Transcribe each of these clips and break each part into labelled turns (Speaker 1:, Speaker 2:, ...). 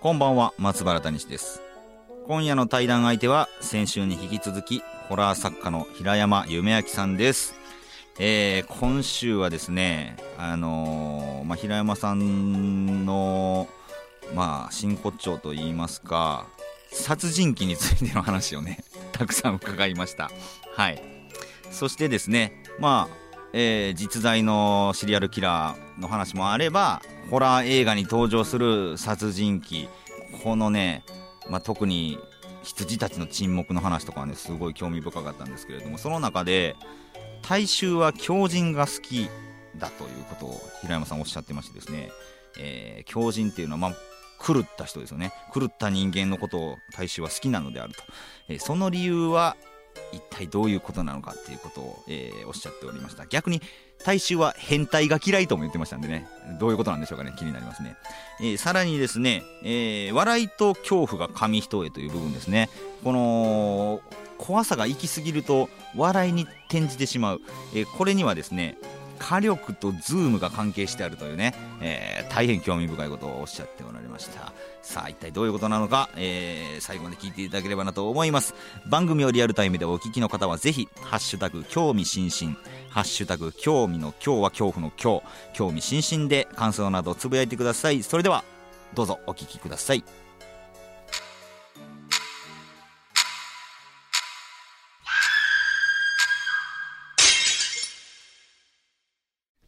Speaker 1: こんばんは、松原谷史です。今夜の対談相手は、先週に引き続き、ホラー作家の平山夢明さんです。えー、今週はですね、あのーまあ、平山さんの、まあ、真骨頂といいますか、殺人鬼についての話をね、 たくさん伺いました。はい。そしてですね、まあ、えー実在のシリアルキラーの話もあればホラー映画に登場する殺人鬼このね、まあ、特に羊たちの沈黙の話とかはねすごい興味深かったんですけれどもその中で大衆は狂人が好きだということを平山さんおっしゃってましてですね、えー狂人っていうのはまあ狂った人ですよね狂った人間のことを大衆は好きなのであると、えーその理由は一体どういうことなのかっていうことを、えーおっしゃっておりました逆に大衆は変態が嫌いとも言ってましたんでねどういうことなんでしょうかね気になりますね、えーさらにですね、えー笑いと恐怖が紙一重という部分ですねこの怖さが行き過ぎると笑いに転じてしまう、えーこれにはですね火力とズームが関係してあるというね、えー大変興味深いことをおっしゃっておられましたさあ一体どういうことなのか、えー最後まで聞いていただければなと思います番組をリアルタイムでお聞きの方はぜひ「ハッシュタグ興味津々」「ハッシュタグ興味の今日は恐怖の今日」「興味津々」で感想などをつぶやいてくださいそれではどうぞお聞きください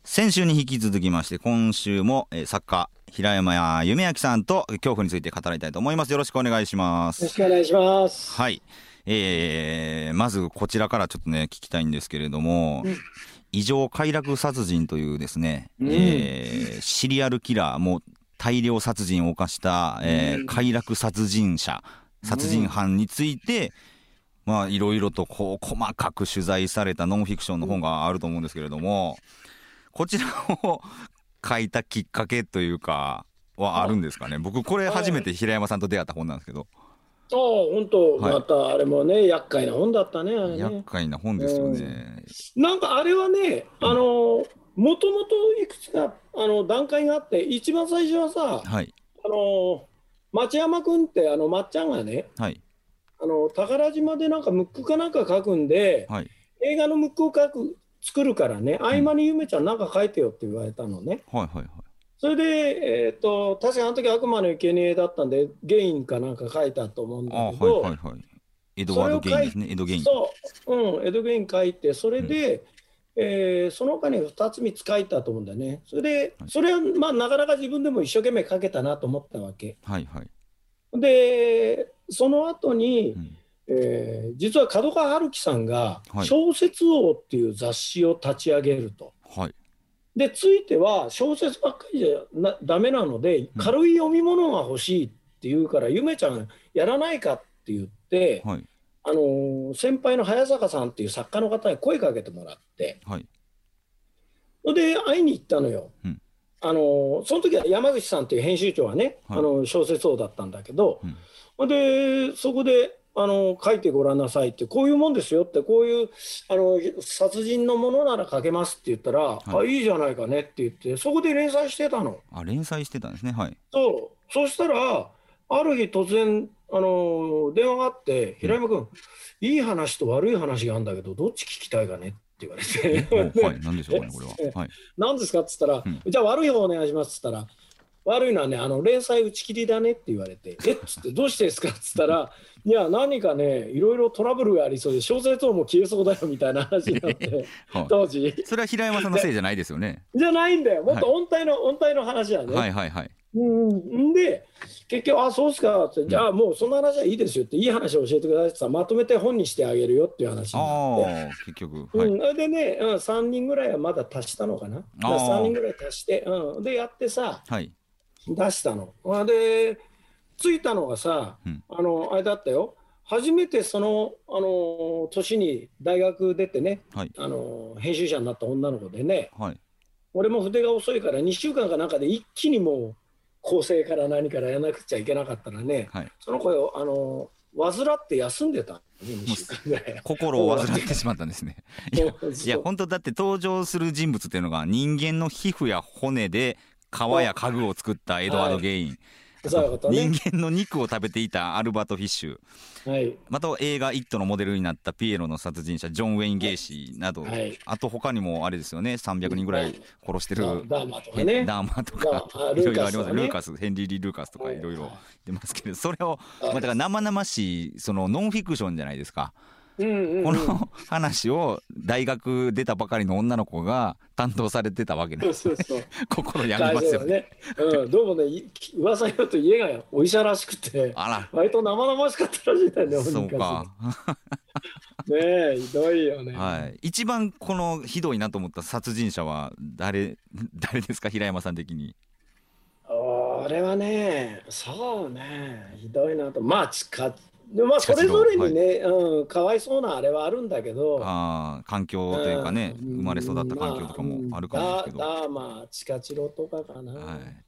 Speaker 1: 先週に引き続きまして今週も、えー作家平山夢明さんと恐怖について語りたいと思いますよろしくお願いします
Speaker 2: よろしくお願いします。
Speaker 1: はい、えー、まずこちらからちょっとね聞きたいんですけれども、
Speaker 2: うん
Speaker 1: 異常快楽殺人というですね、
Speaker 2: うん
Speaker 1: えーシリアルキラーもう大量殺人を犯した、えー
Speaker 2: うん
Speaker 1: 快楽殺人者殺人犯について、まあいろいろとこう細かく取材されたノンフィクションの本があると思うんですけれどもこちらを書いたきっかけというかはあるんですかね僕これ初めて平山さんと出会った本なんですけど
Speaker 2: ああ、本当、
Speaker 1: はい
Speaker 2: またあれもね、厄介な本だったね。あれ
Speaker 1: 厄
Speaker 2: ね
Speaker 1: 介な本ですよね。
Speaker 2: なんかあれはね、あの、もともといくつか、あの段階があって、一番最初はさ、
Speaker 1: はい
Speaker 2: あの。町山君って、あのまっちゃんがね、
Speaker 1: はい
Speaker 2: あの宝島でなんかムックかなんか書くんで。
Speaker 1: はい
Speaker 2: 映画のムックを書く、作るからね、合間にゆめちゃんなんか書いてよって言われたのね。
Speaker 1: はいはいはい
Speaker 2: それで、えっ、と、確かあの時悪魔の生贄だったんで、ゲインかなんか書いたと思うんだ
Speaker 1: あは
Speaker 2: け
Speaker 1: い
Speaker 2: ど。
Speaker 1: はいはいエドワード・ゲインですねエド・ゲイン
Speaker 2: そう、うん、エド・ゲイン書いて、それで、えーその他に2つ、3つ書いたと思うんだよね。それで
Speaker 1: は、い
Speaker 2: それは、まあ、なかなか自分でも一生懸命書けたなと思ったわけ。
Speaker 1: はいはい、
Speaker 2: で、その後に
Speaker 1: う、ん、
Speaker 2: えー実は角川春樹さんが
Speaker 1: は、い
Speaker 2: 小説王っていう雑誌を立ち上げると。
Speaker 1: はい
Speaker 2: で、ついては小説ばっかりじゃなダメなので、軽い読み物が欲しいって言うから、ゆめちゃん、やらないかって言って、
Speaker 1: はい
Speaker 2: あのー先輩の早坂さんっていう作家の方に声かけてもらって、
Speaker 1: はい
Speaker 2: それで会いに行ったのよ。
Speaker 1: うん
Speaker 2: あのーその時は山口さんっていう編集長がね、
Speaker 1: はい
Speaker 2: あのー小説王だったんだけど
Speaker 1: うん、
Speaker 2: ほんでそこで、あのー書いてごらんなさいって、こういうもんですよって、こういう、あのー殺人のものなら書けますって言ったら、、
Speaker 1: はい
Speaker 2: あいいじゃないかねって言って、そこで連載してたの。
Speaker 1: あ連載してたんですねはい
Speaker 2: そう、そしたら、ある日突然、あのー電話があって、平山君、いい話と悪い話があるんだけど、どっち聞きたいかねって言われ
Speaker 1: えおは
Speaker 2: て、
Speaker 1: い何でしょうかねこれ
Speaker 2: え
Speaker 1: ははい
Speaker 2: 何ですかって言ったら、
Speaker 1: うん
Speaker 2: じゃあ悪い方お願いしますって言ったら、悪いのはね、あの連載打ち切りだねって言われて、えっつって、どうしてですかって言ったら、いや、何かね、いろいろトラブルがありそうで、小説をもう消えそうだよみたいな話になって、
Speaker 1: は
Speaker 2: 当時。
Speaker 1: いそれは平山さんのせいじゃないですよね
Speaker 2: じゃないんだよ、もっと音体の、音体の話 だね。
Speaker 1: はいはいはい
Speaker 2: うん、んで、結局、あ、そうっすかって、じゃあもうそんな話はいいですよって、いい話を教えてくださいって言ったらまとめて本にしてあげるよっていう話になって、
Speaker 1: ああ結局
Speaker 2: う
Speaker 1: はい
Speaker 2: ん、でね、うん、3人ぐらいはまだ足したのかな、
Speaker 1: あー
Speaker 2: 3人ぐらい足して、うん、で、やってさ、
Speaker 1: はい
Speaker 2: 出したの。まあで、ついたのがさ、
Speaker 1: うん
Speaker 2: あのあれだったよ初めてその、あの年に大学出てね、
Speaker 1: はい
Speaker 2: あの編集者になった女の子でね
Speaker 1: はい。
Speaker 2: 俺も筆が遅いから2週間かなんかで一気にもう構成から何からやらなくちゃいけなかったらね、
Speaker 1: はい
Speaker 2: その子を、あの患って休んでたのね2週間ぐらい。
Speaker 1: 心を患ってしまったんですね。いや、いや、本当だって登場する人物っていうのが人間の皮膚や骨で皮や家具を作ったエドワード・ゲイン、
Speaker 2: そういうことね。
Speaker 1: 人間の肉を食べていたアルバート・フィッシュ、
Speaker 2: はい
Speaker 1: また映画「イット!」のモデルになったピエロの殺人者ジョン・ウェイン・ゲイシーなど、
Speaker 2: はい
Speaker 1: あと他にもあれですよね300人ぐらい殺してる、
Speaker 2: ダダーマとかね。
Speaker 1: ダーマとか
Speaker 2: まあ
Speaker 1: いろいろあり
Speaker 2: ルーカス
Speaker 1: ます
Speaker 2: とか
Speaker 1: ル
Speaker 2: ね
Speaker 1: ーカスヘンリー・リー・ルーカスとかいろいろ出ますけどそれを、まあ、だ
Speaker 2: は
Speaker 1: から生々しいそのノンフィクションじゃないですか。
Speaker 2: いうんうんうん
Speaker 1: この話を大学出たばかりの女の子が担当されてたわけ
Speaker 2: そ
Speaker 1: で
Speaker 2: うそうそう。
Speaker 1: 心 やみますよね。
Speaker 2: ね。うん、どうもね、い噂によると家がお医者らしくて、
Speaker 1: あ
Speaker 2: 割と生々しかったらしいんだよね、
Speaker 1: ら、
Speaker 2: 本
Speaker 1: そう
Speaker 2: 人ら
Speaker 1: か。
Speaker 2: するとねえ、ひどいよね。
Speaker 1: はい。一番このひどいなと思った殺人者は誰、誰ですか平山さん的に。
Speaker 2: 俺はね、そうね、ひどいなと。まあ、ちか、でまあ、それぞれにね、うん、かわいそうなあれはあるんだけど、
Speaker 1: ああ、環境というかね、
Speaker 2: ん
Speaker 1: 生まれ育った環境とかもあるかもですけど。
Speaker 2: まあ
Speaker 1: は
Speaker 2: うんだだまあ、チカチロとかかな。
Speaker 1: い。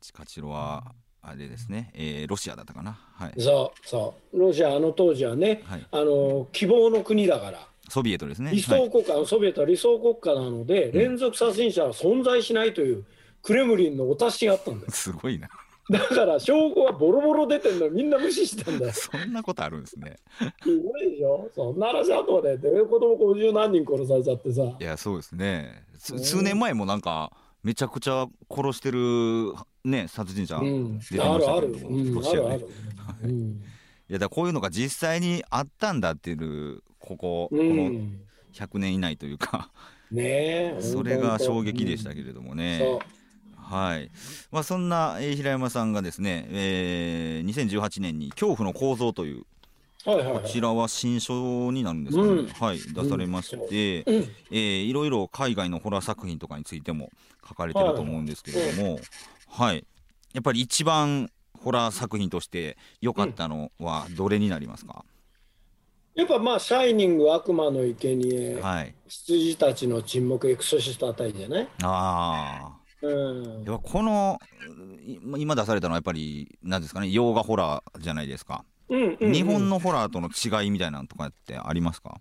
Speaker 1: チカチロは、あれですね、えーロシアだったかな。はい。
Speaker 2: そうそう、ロシア、あの当時はね、
Speaker 1: はい。
Speaker 2: あの希望の国だから。
Speaker 1: ソビエトですね。
Speaker 2: 理
Speaker 1: は
Speaker 2: 想
Speaker 1: い
Speaker 2: 国家、ソビエトは理想国家なので、連続殺人者は存在しないというクレムリンのお達しがあったんだよ。
Speaker 1: すごいな。
Speaker 2: だから証拠はボロボロ出てんのみんな無視してたんだよ。す
Speaker 1: そんなことあるんですね。
Speaker 2: ごいでしょそんな話あとはね、で子供50何人殺されちゃってさ。
Speaker 1: いやそうですねす
Speaker 2: ね
Speaker 1: 数年前もなんかめちゃくちゃ殺してるね殺人者、
Speaker 2: う
Speaker 1: い
Speaker 2: ん
Speaker 1: 出て、ま
Speaker 2: あ
Speaker 1: し
Speaker 2: る
Speaker 1: た
Speaker 2: あ
Speaker 1: け
Speaker 2: る、
Speaker 1: ども
Speaker 2: うん、
Speaker 1: ロ
Speaker 2: あ
Speaker 1: シア
Speaker 2: る
Speaker 1: ね
Speaker 2: ある、 うん
Speaker 1: やだからこういうのが実際にあったんだっていうここ、
Speaker 2: う
Speaker 1: この
Speaker 2: ん、
Speaker 1: 100年以内というか
Speaker 2: ねえ
Speaker 1: それが衝撃でしたけ
Speaker 2: ど
Speaker 1: れども
Speaker 2: ね
Speaker 1: ね、
Speaker 2: そう
Speaker 1: はい、まあ、そんな、えー平山さんがですね、えー2018年に「恐怖の構造」という
Speaker 2: はいはい、は
Speaker 1: こ
Speaker 2: い、
Speaker 1: ちらは新書になるんですかね、
Speaker 2: うん
Speaker 1: はい出されまして、
Speaker 2: うん
Speaker 1: えーいろいろ海外のホラー作品とかについても書かれてると思うんですけれども、はい、やっぱり一番ホラー作品として良かったのはどれになりますか、
Speaker 2: やっぱまあ「シャイニング悪魔の生贄
Speaker 1: はい、
Speaker 2: 羊たちの沈黙エクソシスト」あたりじゃない、
Speaker 1: あ
Speaker 2: う
Speaker 1: あ、や
Speaker 2: ん
Speaker 1: っぱこのい今出されたのはやっぱり何ですかね洋画ホラーじゃないですか、
Speaker 2: うんうんうん
Speaker 1: 日本のホラーとの違いみたいなのとかってありますか、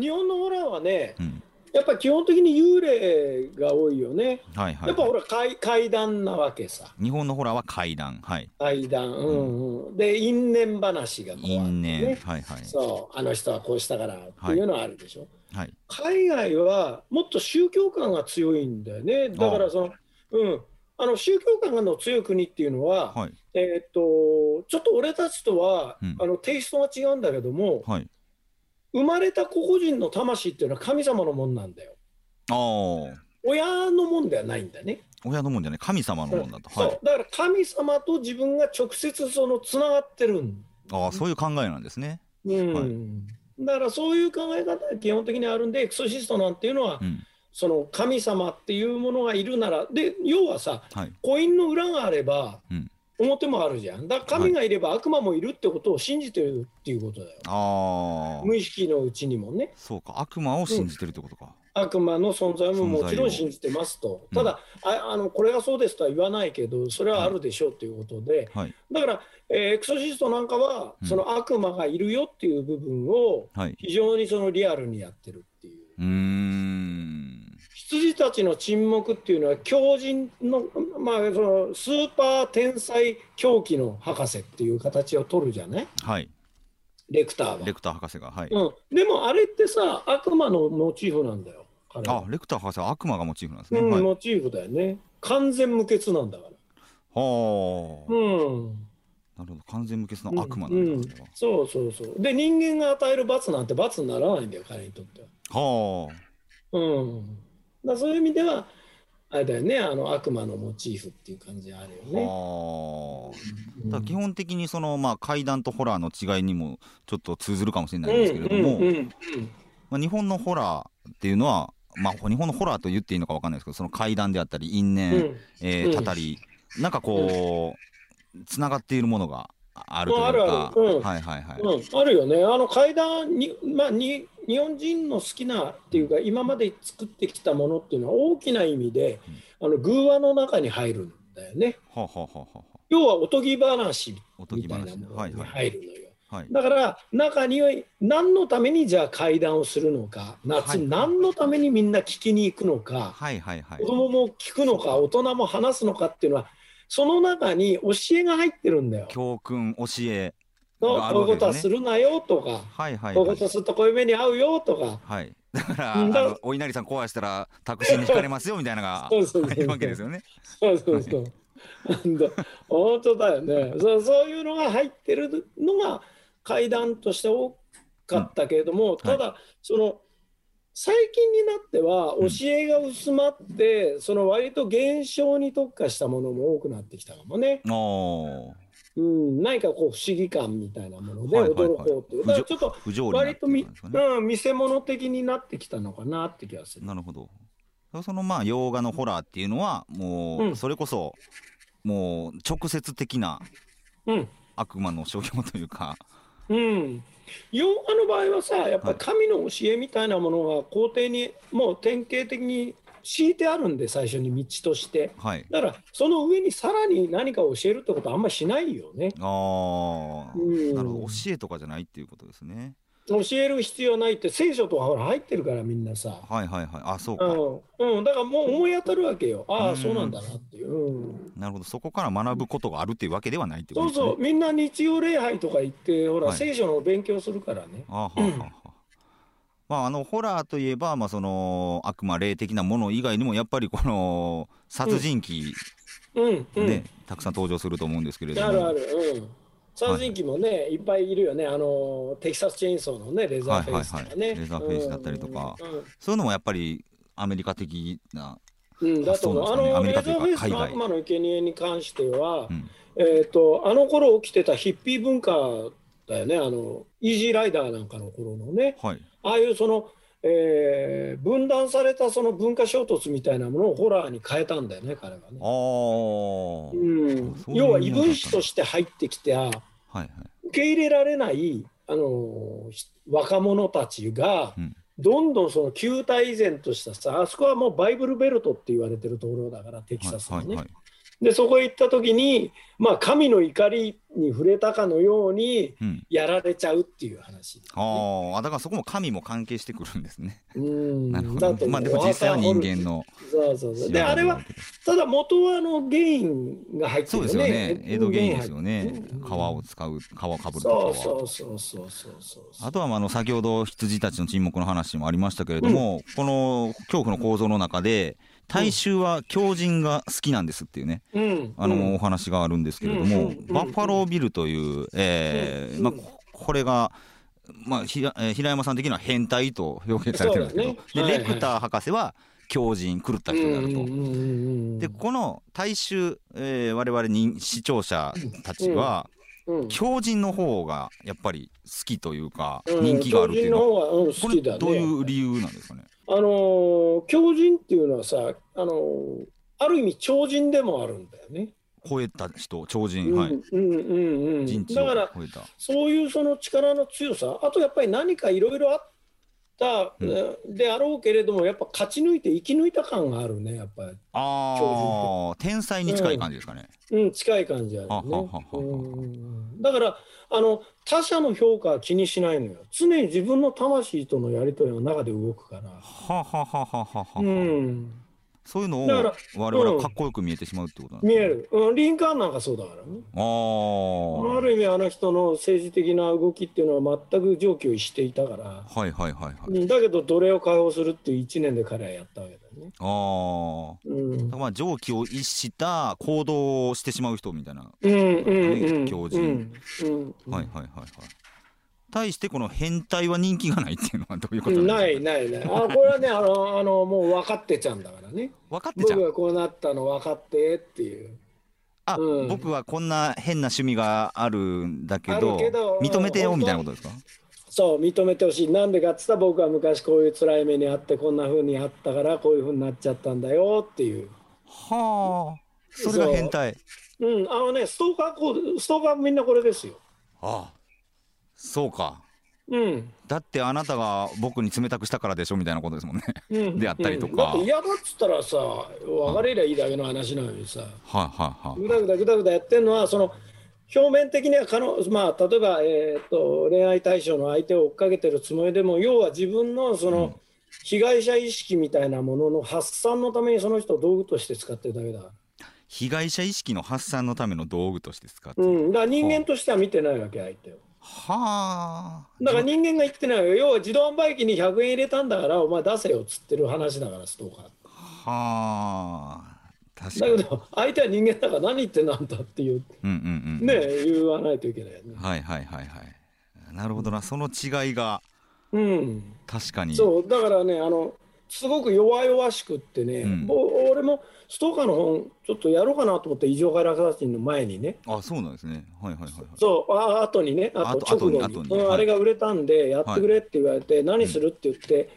Speaker 2: 日本のホラーはね、
Speaker 1: うん、
Speaker 2: やっぱ基本的に幽霊が多いよね。
Speaker 1: はいはい
Speaker 2: やっぱほら階階段なわけさ。
Speaker 1: 日本のホラーは怪談はい
Speaker 2: 階段。うんうん、で因縁話がこうあって
Speaker 1: 因縁
Speaker 2: ね。
Speaker 1: はいはい
Speaker 2: そうあの人はこうしたからっていうのはあるでしょ。
Speaker 1: はい
Speaker 2: 海外はもっと宗教感が強いんだよね。だからそのうんあの宗教感の強い国っていうのは、
Speaker 1: はい
Speaker 2: えーっとちょっと俺たちとは、
Speaker 1: うん
Speaker 2: あのテイストが違うんだけども、
Speaker 1: はい
Speaker 2: 生まれた個々人の魂っていうのは神様のもんなんだよ。
Speaker 1: ああ
Speaker 2: 親のもんではないんだね。
Speaker 1: 親のもんじゃない神様のもんだと
Speaker 2: そ
Speaker 1: はいう
Speaker 2: だから神様と自分が直接そのつながってるん、
Speaker 1: ああそういう考えなんですね。
Speaker 2: うん
Speaker 1: はい
Speaker 2: だからそういう考え方が基本的にあるんでエクソシストなんていうのは、
Speaker 1: うん、
Speaker 2: その神様っていうものがいるならで要はさ
Speaker 1: はい。
Speaker 2: コインの裏があれば、
Speaker 1: うん
Speaker 2: 表もあるじゃんだから神がいれば悪魔もいるってことを信じてるっていうことだよ、
Speaker 1: ああ、
Speaker 2: 無意識のうちにもね
Speaker 1: そうか悪魔を信じてるってことか。
Speaker 2: 悪魔の存在ももち
Speaker 1: 存在
Speaker 2: ろ
Speaker 1: を
Speaker 2: ん信じてますと、
Speaker 1: うん
Speaker 2: ただああの、これがそうですとは言わないけど、それはあるでしょうということで、
Speaker 1: はい
Speaker 2: だから、えーエクソシストなんかは、
Speaker 1: うん
Speaker 2: その悪魔がいるよっていう部分を、
Speaker 1: はい。
Speaker 2: 非常にそのリアルにやってるっていう、
Speaker 1: うーん。
Speaker 2: 羊たちの沈黙っていうのは、狂人の、まあ、そのスーパー天才狂気の博士っていう形を取るじゃない、
Speaker 1: はい。
Speaker 2: レクターは。
Speaker 1: レクター博士がはい。
Speaker 2: うん、でもあれってさ、悪魔のモチーフなんだよ、彼は
Speaker 1: あレクター博士は悪魔がモチーフなんですね。
Speaker 2: うん、
Speaker 1: はい。は
Speaker 2: モチーフだよね。完全無欠なんだから。
Speaker 1: あ、
Speaker 2: うん。
Speaker 1: なるほど完全無欠の悪魔なんだ、
Speaker 2: うん
Speaker 1: それは
Speaker 2: そうそうそう。で、人間が与える罰なんて罰にならないんだよ、彼にとっては。
Speaker 1: は
Speaker 2: うん。だからそういう意味では、あれだよね、あの悪魔のモチーフっていう感じあるよ
Speaker 1: あ。
Speaker 2: ね。
Speaker 1: はあ。
Speaker 2: うん
Speaker 1: だから基本的にそのまあ怪談とホラーの違いにもちょっと通ずるかもしれないんですけれども、
Speaker 2: うんうんうんうん
Speaker 1: まあ、日本のホラーっていうのは、まあ、日本のホラーと言っていいのかわかんないですけどその怪談であったり因縁、
Speaker 2: うん
Speaker 1: え
Speaker 2: う
Speaker 1: ー、
Speaker 2: ん
Speaker 1: たたり、なんかこう、つながっているものがあるというか、
Speaker 2: うんあるあるうん
Speaker 1: はいはいはい、
Speaker 2: うん、あるよね、あの階段に、まあ、に日本人の好きなっていうか、今まで作ってきたものっていうのは、大きな意味で、あの偶話の中に入るんだよね。
Speaker 1: ほうほうほうほうほ
Speaker 2: 要はおとぎ話
Speaker 1: うおと
Speaker 2: み
Speaker 1: ぎ
Speaker 2: たい
Speaker 1: 話
Speaker 2: なも
Speaker 1: は
Speaker 2: の
Speaker 1: い
Speaker 2: に
Speaker 1: はい
Speaker 2: 入るのよ。
Speaker 1: はい
Speaker 2: だから、中には何のためにじゃあ階段をするのか、夏、
Speaker 1: はい
Speaker 2: 何のためにみんな聞きに行くのか。
Speaker 1: はいはいはい
Speaker 2: 子供も聞くのか大人も話すのかっていうのはその中に教えが入ってるんだよ。
Speaker 1: 教訓教え
Speaker 2: の
Speaker 1: がある
Speaker 2: こういう
Speaker 1: わけですね
Speaker 2: ことはするなよとか、
Speaker 1: はいはい
Speaker 2: こういう
Speaker 1: は
Speaker 2: こ
Speaker 1: い
Speaker 2: とするとこういう目に遭うよとか。
Speaker 1: はいだから
Speaker 2: うんだ
Speaker 1: あのお稲荷さん壊したらタクシーにひかれますよみたいなのが
Speaker 2: そうそうそう
Speaker 1: 入るわけですよね
Speaker 2: そうそうそう。なんだ本当だよねそう。そういうのが入ってるのが階段として多かったけれども、ただその最近になっては
Speaker 1: うん
Speaker 2: 教えが薄まって、その割と現象に特化したものも多くなってきたかもね。
Speaker 1: おー
Speaker 2: うん、何かこう不思議感みたいなもので
Speaker 1: はいはいはい
Speaker 2: 驚こうという、だからちょっと
Speaker 1: 不条理なっ
Speaker 2: 割
Speaker 1: て
Speaker 2: と
Speaker 1: いう
Speaker 2: み、
Speaker 1: ことですかね
Speaker 2: うん、見せ物的になってきたのかなって気がする。
Speaker 1: なるほど。そのまあ洋画のホラーっていうのはも
Speaker 2: う
Speaker 1: うんそれこそもう直接的な
Speaker 2: うん、
Speaker 1: 悪魔の所業というか、
Speaker 2: うん、洋画の場合はさやっぱ
Speaker 1: はい
Speaker 2: り神の教えみたいなものが皇帝にもう典型的に敷いてあるんで最初に道として
Speaker 1: はい。
Speaker 2: だからその上にさらに何かを教えるってことはあんまりしないよね
Speaker 1: ああ、
Speaker 2: うん
Speaker 1: なるほど。教えとかじゃないっていうことですね。
Speaker 2: 教える必要ないって聖書とかほら入ってるからみんなさ、
Speaker 1: はいはいはい。あ、そうか。
Speaker 2: うんうん、だからもう思い当たるわけよあ
Speaker 1: う
Speaker 2: あ
Speaker 1: ん
Speaker 2: そうなんだなっていう。うん
Speaker 1: なるほど。そこから学ぶことがあるっていうわけではないってこと
Speaker 2: そう
Speaker 1: ですね。
Speaker 2: そう、みんな日曜礼拝とか行って、ほら、
Speaker 1: はい
Speaker 2: 聖書の勉強するからね。
Speaker 1: あーはーはーはーまああのホラーといえばまあその悪魔霊的なもの以外にもやっぱりこの殺人鬼
Speaker 2: うん、うん。
Speaker 1: ね、たくさん登場すると思うんですけれども。
Speaker 2: あるある、うん。殺人鬼もね、い、っぱいいるよね。あの、テキサスチェーンソーのね、レザーフェイスとかね。
Speaker 1: はいはいはいレザーフェイスだったりとか
Speaker 2: うん。うん
Speaker 1: そういうのもやっぱりアメリカ的な。
Speaker 2: うんだと思う
Speaker 1: あそうなん
Speaker 2: あ
Speaker 1: ですかねア
Speaker 2: の
Speaker 1: メリ
Speaker 2: レ
Speaker 1: カ
Speaker 2: ザ
Speaker 1: というか海
Speaker 2: ーフェイスの
Speaker 1: 外
Speaker 2: 悪魔の生贄に関しては、
Speaker 1: うん
Speaker 2: えっ、とあの頃起きてたヒッピー文化だよねあのイージーライダーなんかの頃のね
Speaker 1: はい。
Speaker 2: ああいうその、えー分断されたその文化衝突みたいなものをホラーに変えたんだよね彼はね。
Speaker 1: ああ。
Speaker 2: うん
Speaker 1: そういう
Speaker 2: 要は異分子として入ってきては
Speaker 1: はいはい。
Speaker 2: 受け入れられないあのひ若者たちが、
Speaker 1: うん
Speaker 2: どんどんその旧態依然としたさあそこはもうバイブルベルトって言われてるところだからテキサスのね、
Speaker 1: はいはいはい。
Speaker 2: でそこへ行った時に、まあ、神の怒りに触れたかのように
Speaker 1: うん。
Speaker 2: やられちゃうっていう話、
Speaker 1: ああ、だからそこも神も関係してくるんですね。
Speaker 2: うん
Speaker 1: なるほ
Speaker 2: だ
Speaker 1: ど、
Speaker 2: と思う
Speaker 1: まあでも実際は人間の。
Speaker 2: そうそうそうであれはただ元はあの原因が入って
Speaker 1: そう
Speaker 2: る
Speaker 1: で
Speaker 2: よね
Speaker 1: すよね。江戸原因ですよね
Speaker 2: うん。
Speaker 1: 皮を使う、皮をかぶるとか
Speaker 2: そう
Speaker 1: は。
Speaker 2: そうそうそうそうそうそう
Speaker 1: あとはまああの先ほど羊たちの沈黙の話もありましたけれども、この恐怖の構造の中で大衆は狂人が好きなんですっていうね、
Speaker 2: うん
Speaker 1: あのお話があるんですけれども、
Speaker 2: うんうんうん
Speaker 1: バッファロービルという、えー
Speaker 2: うん
Speaker 1: まあ、ここれが、まあひらえー平山さん的には変態と表現されてるんですけど、
Speaker 2: そうだねはい
Speaker 1: で
Speaker 2: はい
Speaker 1: レクター博士は狂人狂った人であると。
Speaker 2: うんうんうんうん
Speaker 1: でこの大衆、えー、我々に視聴者たちは、
Speaker 2: うん
Speaker 1: 狂人の方がやっぱり好きというか、
Speaker 2: うん
Speaker 1: 人気があるっていうのは
Speaker 2: 狂人の方は、うん、
Speaker 1: こ
Speaker 2: 好
Speaker 1: れ
Speaker 2: きだね
Speaker 1: どういう理由なんですかね。
Speaker 2: あのー狂人っていうのはさあのーある意味超人でもあるんだよね、
Speaker 1: 超えた人、超人、は
Speaker 2: う
Speaker 1: い
Speaker 2: ん、うんうんうん
Speaker 1: 人知
Speaker 2: だ
Speaker 1: を
Speaker 2: から
Speaker 1: 超えた。
Speaker 2: そういうその力の強さあとやっぱり何かいろいろあった、
Speaker 1: うん
Speaker 2: えーであろうけれどもやっぱ勝ち抜いて生き抜いた感があるねやっぱり、
Speaker 1: ああ、天才に近い感じですかね。
Speaker 2: うん、近い感じある
Speaker 1: ははは
Speaker 2: ね
Speaker 1: は
Speaker 2: うんうんうんだからあの他者の評価は気にしないのよ常に自分の魂とのやり取りの中で動くから。
Speaker 1: はははははは。
Speaker 2: うん、
Speaker 1: そういうのを
Speaker 2: だから
Speaker 1: 我々はかっこよく見えてしまうってことなんです
Speaker 2: 見
Speaker 1: ね
Speaker 2: え。る、うん、リンカーンなんかそうだからね、
Speaker 1: ああ。
Speaker 2: ある意味あの人の政治的な動きっていうのは全く常軌を逸していたから、
Speaker 1: はいはいはいはい。
Speaker 2: うんだけど奴隷を解放するっていう1年で彼はやったわけだよね、
Speaker 1: ああ。
Speaker 2: うん
Speaker 1: だからまあ常軌を逸した行動をしてしまう人みたいな。は
Speaker 2: うんうんうんうん
Speaker 1: 狂人
Speaker 2: うん
Speaker 1: いはいはいはい。対してこの変態は人気がないっていうのはどういうこ
Speaker 2: う
Speaker 1: と
Speaker 2: ん
Speaker 1: なん
Speaker 2: な
Speaker 1: で
Speaker 2: いないないあこれはねあのあのもう分かってちゃんだからね
Speaker 1: すか。分かってちゃ
Speaker 2: 僕
Speaker 1: う。
Speaker 2: がこうなったの分かってっていう
Speaker 1: あ、
Speaker 2: うん
Speaker 1: 僕はこんな変な趣味があるんだけど
Speaker 2: あるけど
Speaker 1: 認めてよ
Speaker 2: うん
Speaker 1: みたいなことですか。
Speaker 2: そう認めてほしいなんでかっつったら僕は昔こういう辛い目にあってこんな風にあったからこういう風になっちゃったんだよっていう
Speaker 1: はあ。それが変態。
Speaker 2: うん、あのね、ストーカーこう、ストーカーみんなこれですよ。
Speaker 1: ああ。そうか。
Speaker 2: うん。
Speaker 1: だってあなたが僕に冷たくしたからでしょみたいなことですもんね。
Speaker 2: うん、
Speaker 1: であったりとか
Speaker 2: うんだって嫌だっつったらさ、別れりゃいいだけの話なのにさ、
Speaker 1: はいはいはい。
Speaker 2: ぐだぐだぐだぐだやってるのは、その表面的には可能、まあ、例えば、えー、と恋愛対象の相手を追っかけてるつもりでも、要は自分のその、
Speaker 1: うん
Speaker 2: 被害者意識みたいなものの発散のためにその人を道具として使ってるだけだから。
Speaker 1: 被害者意識の発散のための道具として使って
Speaker 2: う
Speaker 1: る。
Speaker 2: ん、だから人間としては見てないわけ、相手を。
Speaker 1: はあ。
Speaker 2: だから人間が言ってないわよ、要は自動販売機に100円入れたんだから、お前出せよっつってる話だから、ストーカーって。
Speaker 1: はあ。確か
Speaker 2: だけ
Speaker 1: に。
Speaker 2: ど、相手は人間だから、何言ってんのあんたっていう、
Speaker 1: うんうんうん。
Speaker 2: ね、言わないといけないよね。
Speaker 1: はいはいはいはい。なるほどな。その違いが
Speaker 2: うん、
Speaker 1: 確かに。
Speaker 2: そう、だからね、あの、すごく弱々しくってね、
Speaker 1: うん
Speaker 2: お俺もストーカーの本、ちょっとやろうかなと思って、異常外落殺人の前にね、
Speaker 1: あ、そうなんですね。はいはいはいはい。
Speaker 2: そう、あ後にね、あと
Speaker 1: あと
Speaker 2: 直後に
Speaker 1: 後に後に
Speaker 2: うん
Speaker 1: はい
Speaker 2: あれが売れたんで、やってくれって言われて、何するって言って、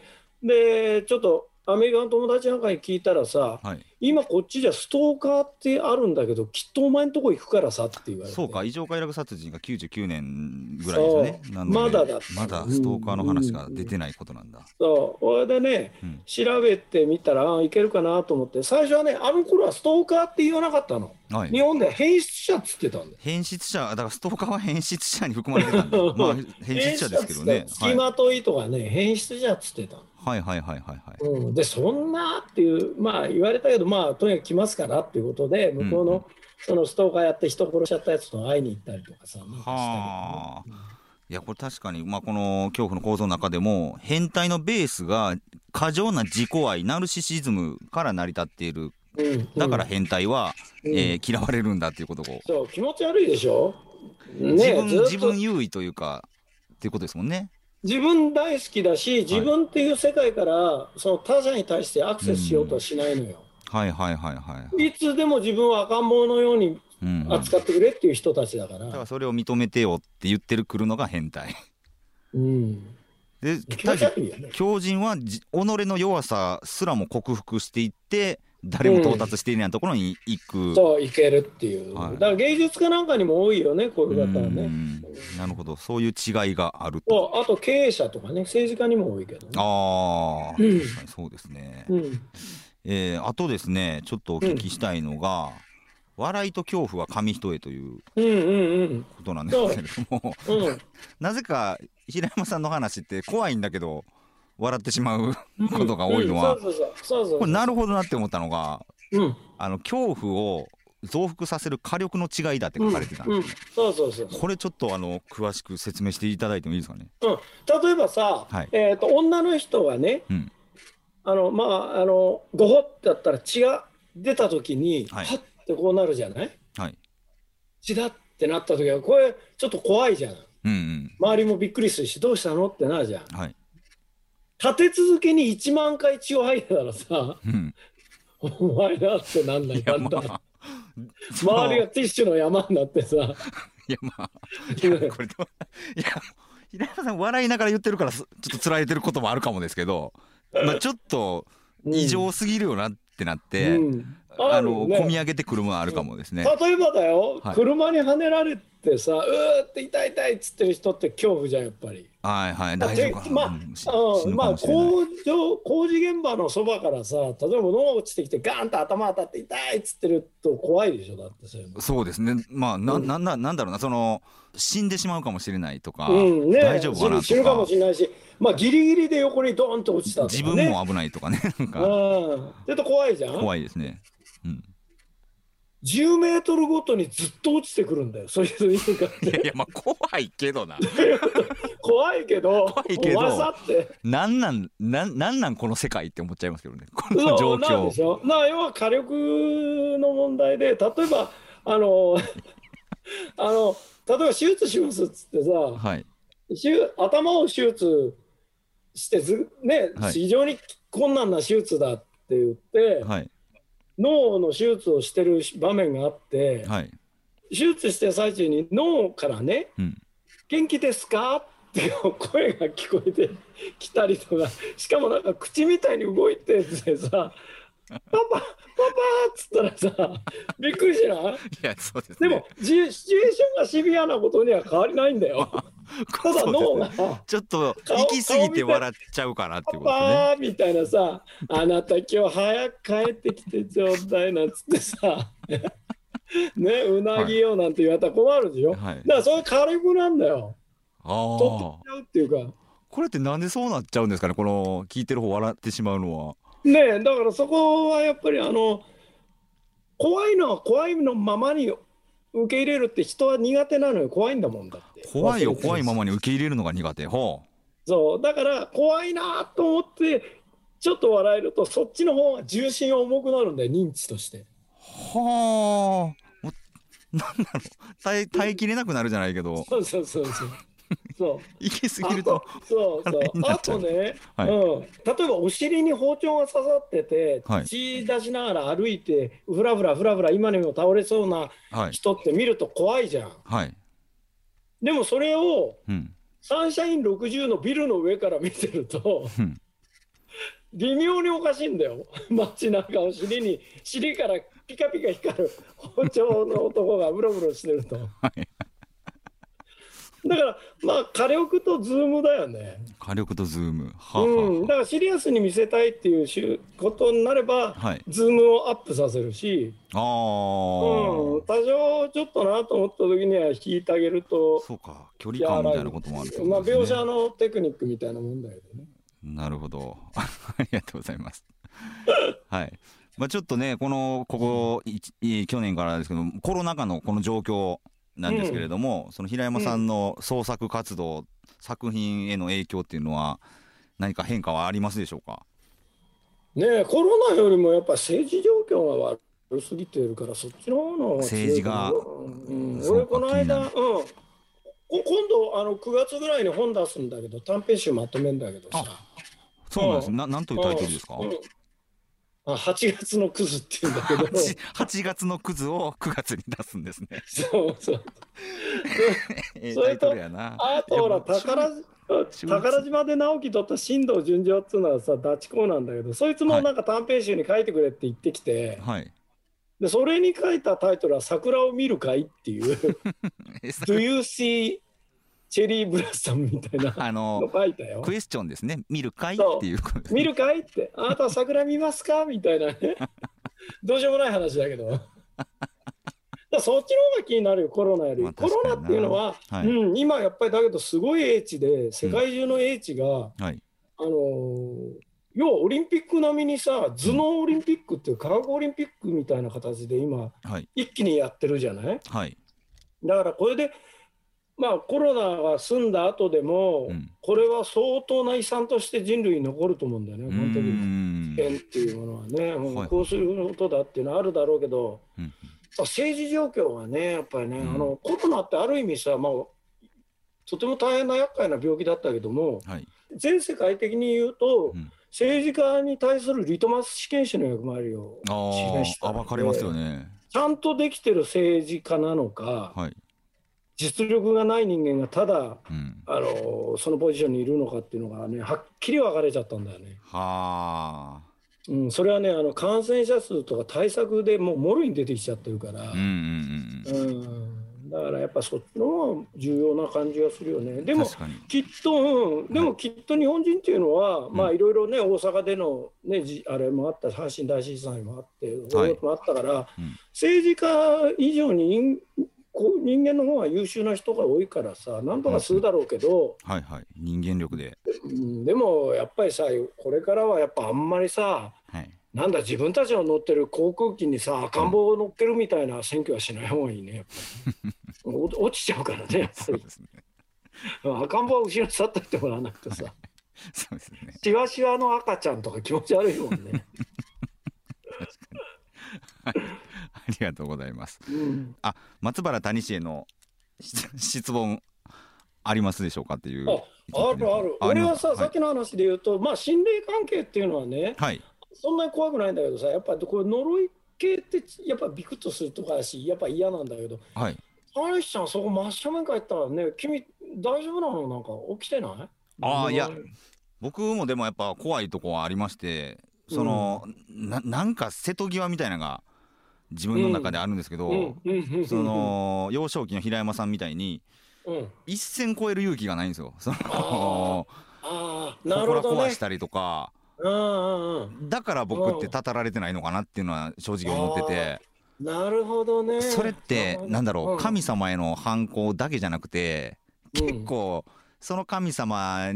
Speaker 2: で、ちょっとアメリカの友達なんかに聞いたらさ、
Speaker 1: はい。
Speaker 2: 今こっちじゃストーカーってあるんだけど、きっとお前のとこ行くからさって言われて。
Speaker 1: そうか、異常快楽殺人が99年ぐらいですよね。
Speaker 2: そう
Speaker 1: なので
Speaker 2: まだだった
Speaker 1: まだストーカーの話が出てないことなんだ。
Speaker 2: そうそれでね、
Speaker 1: うん
Speaker 2: 調べてみたら、あいけるかなと思って、最初はね、あの頃はストーカーって言わなかったの。
Speaker 1: は
Speaker 2: 日
Speaker 1: い。
Speaker 2: 本では変質者っつってたんだよ。
Speaker 1: 変質者、だからストーカーは変質者に含まれてた んで、まあ、変質者ですけどねは
Speaker 2: 変。質者っつってた
Speaker 1: い
Speaker 2: 付き、まといとかね、変質者っつってたの。
Speaker 1: はいはいはいはいはい。
Speaker 2: うん、でそんなっていう、まあ、言われたけど、まあ、とにかく来ますからっていうことで、向こう
Speaker 1: うんうん
Speaker 2: のそのストーカーやって人殺しちゃったやつと会いに行ったりとかさ、なんかしたけどね
Speaker 1: はあ。いや、これ確かに、まあ、この恐怖の構造の中でも、変態のベースが過剰な自己愛、ナルシシズムから成り立っている。
Speaker 2: うんうん
Speaker 1: だから変態は、
Speaker 2: うん
Speaker 1: えー嫌われるんだっていうことを。
Speaker 2: そう気持ち悪いでしょ、ね、
Speaker 1: 自分、
Speaker 2: ずっと
Speaker 1: 自分優位というか、っていうことですもんね。
Speaker 2: 自分大好きだし、自分っていう世界からその他者に対してアクセスしようとはしないのよ。
Speaker 1: はいはいはいはい。
Speaker 2: いつでも自分を赤ん坊のように
Speaker 1: うんだか
Speaker 2: 扱ってくれっていう人たちだから。
Speaker 1: らそれを認めてよって言ってるくるのが変態。
Speaker 2: うん、
Speaker 1: で、
Speaker 2: 気持ち悪いよね。
Speaker 1: 狂人はじ己の弱さすらも克服していって、誰も到達していないところに行く。
Speaker 2: そう、いけるっていう。
Speaker 1: はい
Speaker 2: だから芸術家なんかにも多いよね、こういう方は
Speaker 1: う
Speaker 2: ね。
Speaker 1: んなるほど、そういう違いがあると。
Speaker 2: そうあと経営者とかね、政治家にも多いけどね。
Speaker 1: ああ、
Speaker 2: うん
Speaker 1: 確かにそうですね。
Speaker 2: うん、
Speaker 1: えーあとですね、ちょっとお聞きしたいのが、笑いと恐怖は紙一重という
Speaker 2: うんうん
Speaker 1: ことなんですけれども、
Speaker 2: うんうん
Speaker 1: なぜか平山さんの話って怖いんだけど、笑ってしまうことが多いのは、
Speaker 2: うんそうそうそうそうそう
Speaker 1: これなるほどなって思ったのが、
Speaker 2: うん
Speaker 1: あの恐怖を増幅させる火力の違いだって書かれてたん
Speaker 2: う
Speaker 1: で
Speaker 2: ん
Speaker 1: す
Speaker 2: う
Speaker 1: よ
Speaker 2: んそうそうそう
Speaker 1: これちょっとあの詳しく説明していただいてもいいですかね。
Speaker 2: うん、例えばさ、
Speaker 1: はい
Speaker 2: えー、と女の人がね、
Speaker 1: うん
Speaker 2: あのまああのゴホってやったら血が出た時に、
Speaker 1: は
Speaker 2: はいッってこうなるじゃない
Speaker 1: はい。
Speaker 2: 血だってなった時はこれちょっと怖いじゃん
Speaker 1: うん
Speaker 2: 周りもびっくりするしどうしたのってなるじゃん
Speaker 1: うん。はい。
Speaker 2: 立て続けに1万回血を吐いてたらさ
Speaker 1: うん。
Speaker 2: お前だってなんないかんだ、
Speaker 1: まあ
Speaker 2: 周 りがティッシュの山になってさ
Speaker 1: いやまあ、いやこれどう いや、平山さん笑いながら言ってるからす、ちょっとつられてることもあるかもですけど、まあちょっと異常すぎるよなってなって、
Speaker 2: うん
Speaker 1: あ
Speaker 2: あ
Speaker 1: の、
Speaker 2: るね
Speaker 1: 込み上げてくるものあるかもですね。
Speaker 2: 例えばだよ、
Speaker 1: はい
Speaker 2: 車にはねられてさうーって痛い痛いっつってる人って恐怖じゃんやっぱり。
Speaker 1: はいはい、大丈夫かな。
Speaker 2: まあ
Speaker 1: うんし
Speaker 2: あ
Speaker 1: 死ぬ
Speaker 2: ま
Speaker 1: か
Speaker 2: あ
Speaker 1: もしれない
Speaker 2: 工場工事現場のそばからさ例えば物が落ちてきてガーンと頭当たって痛いっつってると怖いでしょだってそういうの
Speaker 1: そうですね。まあ、な、
Speaker 2: うん
Speaker 1: なんだ、なんだろうな、その、死んでしまうかもしれないとか、
Speaker 2: うんね
Speaker 1: 大丈夫かなとか
Speaker 2: 死ぬかもしれないし、まあ、ギリギリで横にドーンと落ちたとか、ね、
Speaker 1: 自分も危ないとかね、 なんか、
Speaker 2: うんちょっと怖いじゃん
Speaker 1: 怖いですね。うん。
Speaker 2: 10メートルごとにずっと落ちてくるんだよそういう人間っ
Speaker 1: いや
Speaker 2: て
Speaker 1: いや、まあ、怖いけどな。
Speaker 2: 怖いけど
Speaker 1: 怖いけど
Speaker 2: お前さって
Speaker 1: なんなん、なん、なんなんこの世界って思っちゃいますけどね。この 状
Speaker 2: そうなん
Speaker 1: 況
Speaker 2: でし。ょな要は火力の問題で例えばあの あの例えば手術しますっつってさ、
Speaker 1: はい。
Speaker 2: 手頭を手術してず、ね
Speaker 1: はい
Speaker 2: 非常に困難な手術だって言って、
Speaker 1: はい。
Speaker 2: 脳の手術をしてる場面があって、
Speaker 1: はい。
Speaker 2: 手術してる最中に脳からね
Speaker 1: うん。
Speaker 2: 「元気ですか?」っていう声が聞こえてきたりとかしかもなんか口みたいに動いててさっつったらさ、びっくりしな
Speaker 1: い
Speaker 2: い
Speaker 1: や、そうです
Speaker 2: で
Speaker 1: ね。
Speaker 2: も、じシチュエーションがシビアなことには変わりないんだよ。ただ
Speaker 1: そうです
Speaker 2: 脳
Speaker 1: ね
Speaker 2: が、パ
Speaker 1: ちょっと
Speaker 2: 顔
Speaker 1: 行き過ぎて笑っちゃうかなっていうことですね。
Speaker 2: パーみたいなさ、あなた今日早く帰ってきてちょうだいなんつっ てさ、ね、うなぎよなんて言われたら困るでしょ。
Speaker 1: はい
Speaker 2: だ。からそれ軽くなんだよ。
Speaker 1: ああ
Speaker 2: 取ってきちゃうっていうか。
Speaker 1: これってなんでそうなっちゃうんですかねこの聞いてる方笑ってしまうのは。
Speaker 2: ねえだからそこはやっぱりあの怖いのは怖いのままに受け入れるって人は苦手なのよ怖いんだもんだって
Speaker 1: 怖いよ
Speaker 2: 忘れてる
Speaker 1: 怖いままに受け入れるのが苦手。ほ
Speaker 2: そうだから怖いなと思ってちょっと笑えるとそっちの方が重心が重くなるんだよ認知として
Speaker 1: う。はあ。もうなんだろう耐え耐えきれなくなるじゃないけど
Speaker 2: そうそうそうそう そう
Speaker 1: 行き過ぎ
Speaker 2: あ
Speaker 1: ると
Speaker 2: と。そうそう
Speaker 1: 笑いにな
Speaker 2: あ
Speaker 1: っちゃう
Speaker 2: とね、
Speaker 1: はい
Speaker 2: うん、例えばお尻に包丁が刺さってて、
Speaker 1: はい
Speaker 2: 血出しながら歩いてふらふらふらふら今にも倒れそうな
Speaker 1: はい
Speaker 2: 人って見ると怖いじゃん
Speaker 1: はい。
Speaker 2: でもそれを
Speaker 1: うん
Speaker 2: サンシャイン60のビルの上から見てると
Speaker 1: うん
Speaker 2: 微妙におかしいんだよ 街中を尻に尻からピカピカ光る包丁の男がうろうろしてると
Speaker 1: はい。
Speaker 2: だからまあ火力とズームだよね
Speaker 1: 火力とズーム。はあ
Speaker 2: うん
Speaker 1: は
Speaker 2: だからシリアスに見せたいっていうしゅことになれば、
Speaker 1: はい
Speaker 2: ズームをアップさせるし、
Speaker 1: あ。あ
Speaker 2: うん、
Speaker 1: ー
Speaker 2: 多少ちょっとなと思った時には引いてあげると
Speaker 1: そうか距離感みたいなこともあるってこ
Speaker 2: まあ
Speaker 1: とで
Speaker 2: 描
Speaker 1: すね
Speaker 2: 写のテクニックみたいなもんだけどね
Speaker 1: なるほど。 ありがとうございます。はい。まあちょっとね、この、ここ、いい去年からですけど、コロナ禍のこの状況なんですけれども、その平山さんの創作活動、作品への影響っていうのは、何か変化はありますでしょうか
Speaker 2: ねえコロナよりもやっぱ政治状況が悪すぎてるからそっちの方の方が強いかな
Speaker 1: 政治が
Speaker 2: うん
Speaker 1: そう
Speaker 2: 俺
Speaker 1: か
Speaker 2: この
Speaker 1: 気にな
Speaker 2: 間、
Speaker 1: る
Speaker 2: うん、こ今度あの9月ぐらいに本出すんだけど短編集まとめんだけどさ
Speaker 1: そうなんです。ななんというタイトルですか
Speaker 2: うんあ8月のクズって言うんだけど
Speaker 1: 8, 8月のクズを9月に出すんですね。
Speaker 2: そうそう
Speaker 1: ええ
Speaker 2: そ
Speaker 1: タ
Speaker 2: れ
Speaker 1: イ
Speaker 2: と
Speaker 1: トルやな。
Speaker 2: あとほら宝島
Speaker 1: 週末
Speaker 2: 宝島で直樹とった新藤純情っつうのはさダチ公なんだけどそいつもなんか短編集に書いてくれって言ってきて、
Speaker 1: はい。
Speaker 2: でそれに書いたタイトルは「桜を見る会」っていう
Speaker 1: え
Speaker 2: 「Do you see チェリーブラッサム」みたいな
Speaker 1: あ
Speaker 2: の
Speaker 1: の、
Speaker 2: 書いたよ
Speaker 1: ク。エスチョンですね。見るかいっていうことですね
Speaker 2: 見るかいって、あなたは桜見ますかみたいなね。どうしようもない話だけ ど。だからそっちの方が気になるよ、コロナより。
Speaker 1: まあ
Speaker 2: コロナっていうのは、
Speaker 1: 確かにな
Speaker 2: うん、今やっぱりだけど、すごい英知で、世界中の英知が、
Speaker 1: はい。
Speaker 2: あのー要はオリンピック並みにさ、頭脳オリンピックっていう科学オリンピックみたいな形で今、
Speaker 1: はい。
Speaker 2: 一気にやってるじゃない
Speaker 1: はい。
Speaker 2: だからこれで、まあ、コロナが済んだ後でも、
Speaker 1: うん
Speaker 2: これは相当な遺産として人類に残ると思うんだよね、
Speaker 1: うー
Speaker 2: 本当に。
Speaker 1: ん
Speaker 2: 危険っていうものはね、うん
Speaker 1: はい
Speaker 2: こうすることだっていうのはあるだろうけど、
Speaker 1: うん
Speaker 2: さ政治状況はね、やっぱりね、
Speaker 1: うん
Speaker 2: あのコロナってある意味さ、まあ、とても大変な厄介な病気だったけども、
Speaker 1: はい。
Speaker 2: 全世界的に言うと、
Speaker 1: うん
Speaker 2: 政治家に対するリトマス試験紙の役割を示し
Speaker 1: あ
Speaker 2: た
Speaker 1: あ、
Speaker 2: の
Speaker 1: 暴
Speaker 2: で
Speaker 1: かれますよね。
Speaker 2: ちゃんとできてる政治家なのか、
Speaker 1: はい。
Speaker 2: 実力がない人間がただ
Speaker 1: うん。
Speaker 2: あのそのポジションにいるのかっていうのがねはっきり分かれちゃったんだよね。
Speaker 1: はあ。
Speaker 2: うん、それはねあの感染者数とか対策でもうもろに出てきちゃってるから、
Speaker 1: うんうんうん
Speaker 2: うん、だからやっぱそっちの方が重要な感じがするよね。で
Speaker 1: うん。
Speaker 2: も
Speaker 1: 確かに。
Speaker 2: きっと、うん、でもきっと日本人っていうのは、まあいろいろね大阪での、ね、じあれもあった阪神大震災もあってこういうこともあったから、
Speaker 1: うん
Speaker 2: 政治家以上に人こう人間の方が優秀な人が多いからさなんとかするだろうけど。
Speaker 1: はいはい。人間力で。
Speaker 2: うんでもやっぱりさこれからはやっぱあんまりさ
Speaker 1: はい。
Speaker 2: なんだ自分たちの乗ってる航空機にさ赤ん坊を乗っけるみたいな選挙はしない方がいいねやっぱ りお落ちちゃうからねやっぱ
Speaker 1: そう
Speaker 2: り
Speaker 1: ですね。
Speaker 2: 赤ん坊は後ろに去ってってもらわなくてさ、
Speaker 1: そうですね。
Speaker 2: シワシワの赤ちゃんとか気持ち悪いもんね、
Speaker 1: ありがとうございます。
Speaker 2: うん、
Speaker 1: あ、松原谷氏への質質問ありますでしょうかっていう。
Speaker 2: ああるある俺はさ、さっきの話で言うとまあ心霊関係っていうのはね
Speaker 1: はい。はい。
Speaker 2: そんなに怖くないんだけどさやっぱこれ呪い系ってやっぱビクッとするとかだしやっぱ嫌なんだけど
Speaker 1: はい。
Speaker 2: アリスちゃん、そこ真正面から言ったらね、君、大丈夫なのなんか起きてない
Speaker 1: あーいや僕もでもやっぱ怖いとこはありまして、その、ななんか瀬戸際みたいなのが自分の中であるんですけど、
Speaker 2: うんうんうんうん
Speaker 1: その幼少期の平山さんみたいに
Speaker 2: うん
Speaker 1: 一線超える勇気がないんですよ。その
Speaker 2: あ ああなる
Speaker 1: 心
Speaker 2: ほど
Speaker 1: 壊
Speaker 2: ね
Speaker 1: したりとか
Speaker 2: うんうんうん
Speaker 1: だから僕ってたたられてないのかなっていうのは正直思ってて
Speaker 2: なるほどね
Speaker 1: それってなんだろう神
Speaker 2: 様
Speaker 1: 様への反抗だけじゃなくて結構その神様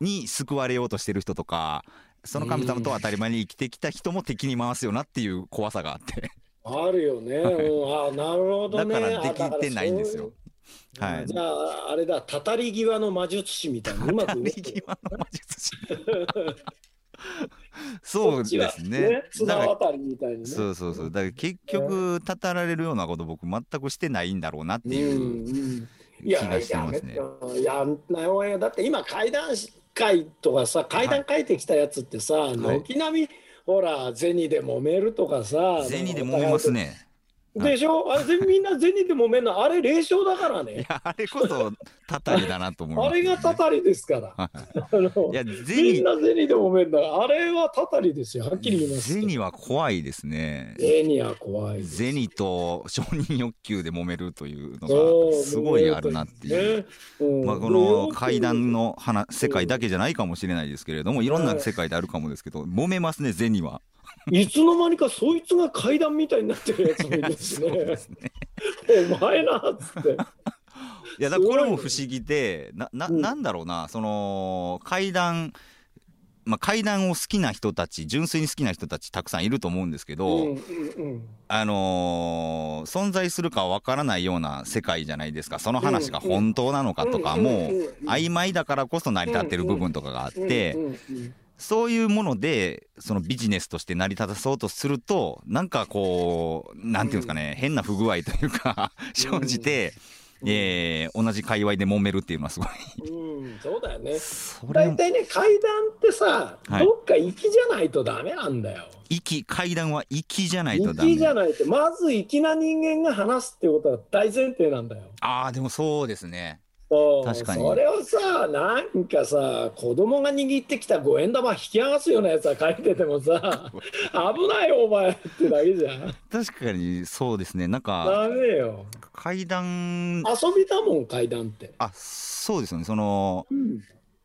Speaker 1: に救われようとしてる人とかその神様と当たり前に生きてきた人も敵に回すよなっていう怖さがあ って
Speaker 2: あるよね、うん、あなるほど
Speaker 1: だ
Speaker 2: ね
Speaker 1: からできてないんですよ。
Speaker 2: あだからそういう
Speaker 1: はい
Speaker 2: じゃああれだたたり際の魔術師みたいなうまく
Speaker 1: 離際の魔術師そうですね
Speaker 2: ね。綱
Speaker 1: だから
Speaker 2: 渡りみたいにね
Speaker 1: そうそうそうだから結局たたられるようなこと僕全くしてないんだろうなって
Speaker 2: う
Speaker 1: いうん
Speaker 2: うんい
Speaker 1: 気
Speaker 2: や
Speaker 1: がしてますね。
Speaker 2: やんない方がいいよだって今階段階とかさ階段書いてきたやつってさ軒並みほら銭で揉めるとかさ
Speaker 1: 銭で揉めますね。
Speaker 2: でしょあれみんな銭で揉めるのあれ霊障だから
Speaker 1: い
Speaker 2: ね
Speaker 1: やあれこそたたりだなと思います、
Speaker 2: あれがたたりですからあの
Speaker 1: いや
Speaker 2: みん
Speaker 1: 銭
Speaker 2: な銭で揉めるんだあれはたたりですよはっきり言いますけど
Speaker 1: 銭は怖いですね。
Speaker 2: 銭は怖いです
Speaker 1: 銭と承認欲求で揉めるというの
Speaker 2: そ
Speaker 1: が
Speaker 2: う
Speaker 1: すごいあるなっていう。
Speaker 2: ねうん
Speaker 1: まあ、この階段の話世界だけじゃないかもしれないですけれどもいろんな世界であるかもですけど揉めますね銭は。
Speaker 2: いつの間にかそいつが階段みたいになってるやつもいるし
Speaker 1: そうで
Speaker 2: ね
Speaker 1: すね
Speaker 2: お前なっつって
Speaker 1: いやだからこれも不思議でなな
Speaker 2: うん
Speaker 1: なんだろうなその階段、まあ、階段を好きな人たち純粋に好きな人たちたくさんいると思うんですけど、
Speaker 2: うんうん
Speaker 1: あのー存在するかわからないような世界じゃないですかその話が本当なのかとか、
Speaker 2: うんうん
Speaker 1: も
Speaker 2: うん
Speaker 1: う
Speaker 2: うん
Speaker 1: 曖昧だからこそ成り立ってる部分とかがあって。
Speaker 2: うんうんうん
Speaker 1: そういうもので、そのビジネスとして成り立たそうとすると、なんかこう、なんていうんですかね、変な不具合というか、生じて、えー同じ界隈で揉めるっていうのはすごい。
Speaker 2: うんそうだよね
Speaker 1: それ
Speaker 2: 大
Speaker 1: も、
Speaker 2: 体ね階段ってさ、
Speaker 1: はい
Speaker 2: どっか行きじゃないとダメなんだよ
Speaker 1: 息、階段は息じゃないと
Speaker 2: 行
Speaker 1: ダメ
Speaker 2: きじ。ゃないとまず粋な人間が話すってことは大前提なんだよ
Speaker 1: ああ、でもそうですね。
Speaker 2: そう
Speaker 1: 確かに
Speaker 2: それをさなんかさ子供が握ってきた五円玉引き剥がすようなやつは書いてて もさ危ないよお前ってだけじゃん
Speaker 1: 確かにそうですね。なんか、
Speaker 2: ダメよ
Speaker 1: 階段、
Speaker 2: 遊びだもん階段って、
Speaker 1: あ、そうですよね。その、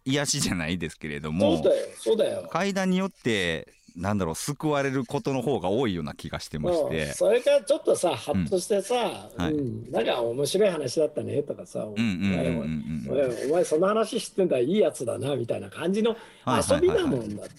Speaker 1: 癒しじゃないですけれど
Speaker 2: そう
Speaker 1: も、
Speaker 2: だよそうだよ
Speaker 1: 階段によって、なんだろう、救われることの方が多いような気がしてまし
Speaker 2: うん
Speaker 1: て。
Speaker 2: それからちょっとさハッとしてさ、
Speaker 1: うんはい
Speaker 2: うんなんか面白い話だったねとかさ、
Speaker 1: うんうんうんうんうん
Speaker 2: お前お前お前その話知ってんだいいやつだなみたいな感じの
Speaker 1: はいはい
Speaker 2: 遊
Speaker 1: はい
Speaker 2: び
Speaker 1: はい
Speaker 2: だもんだって。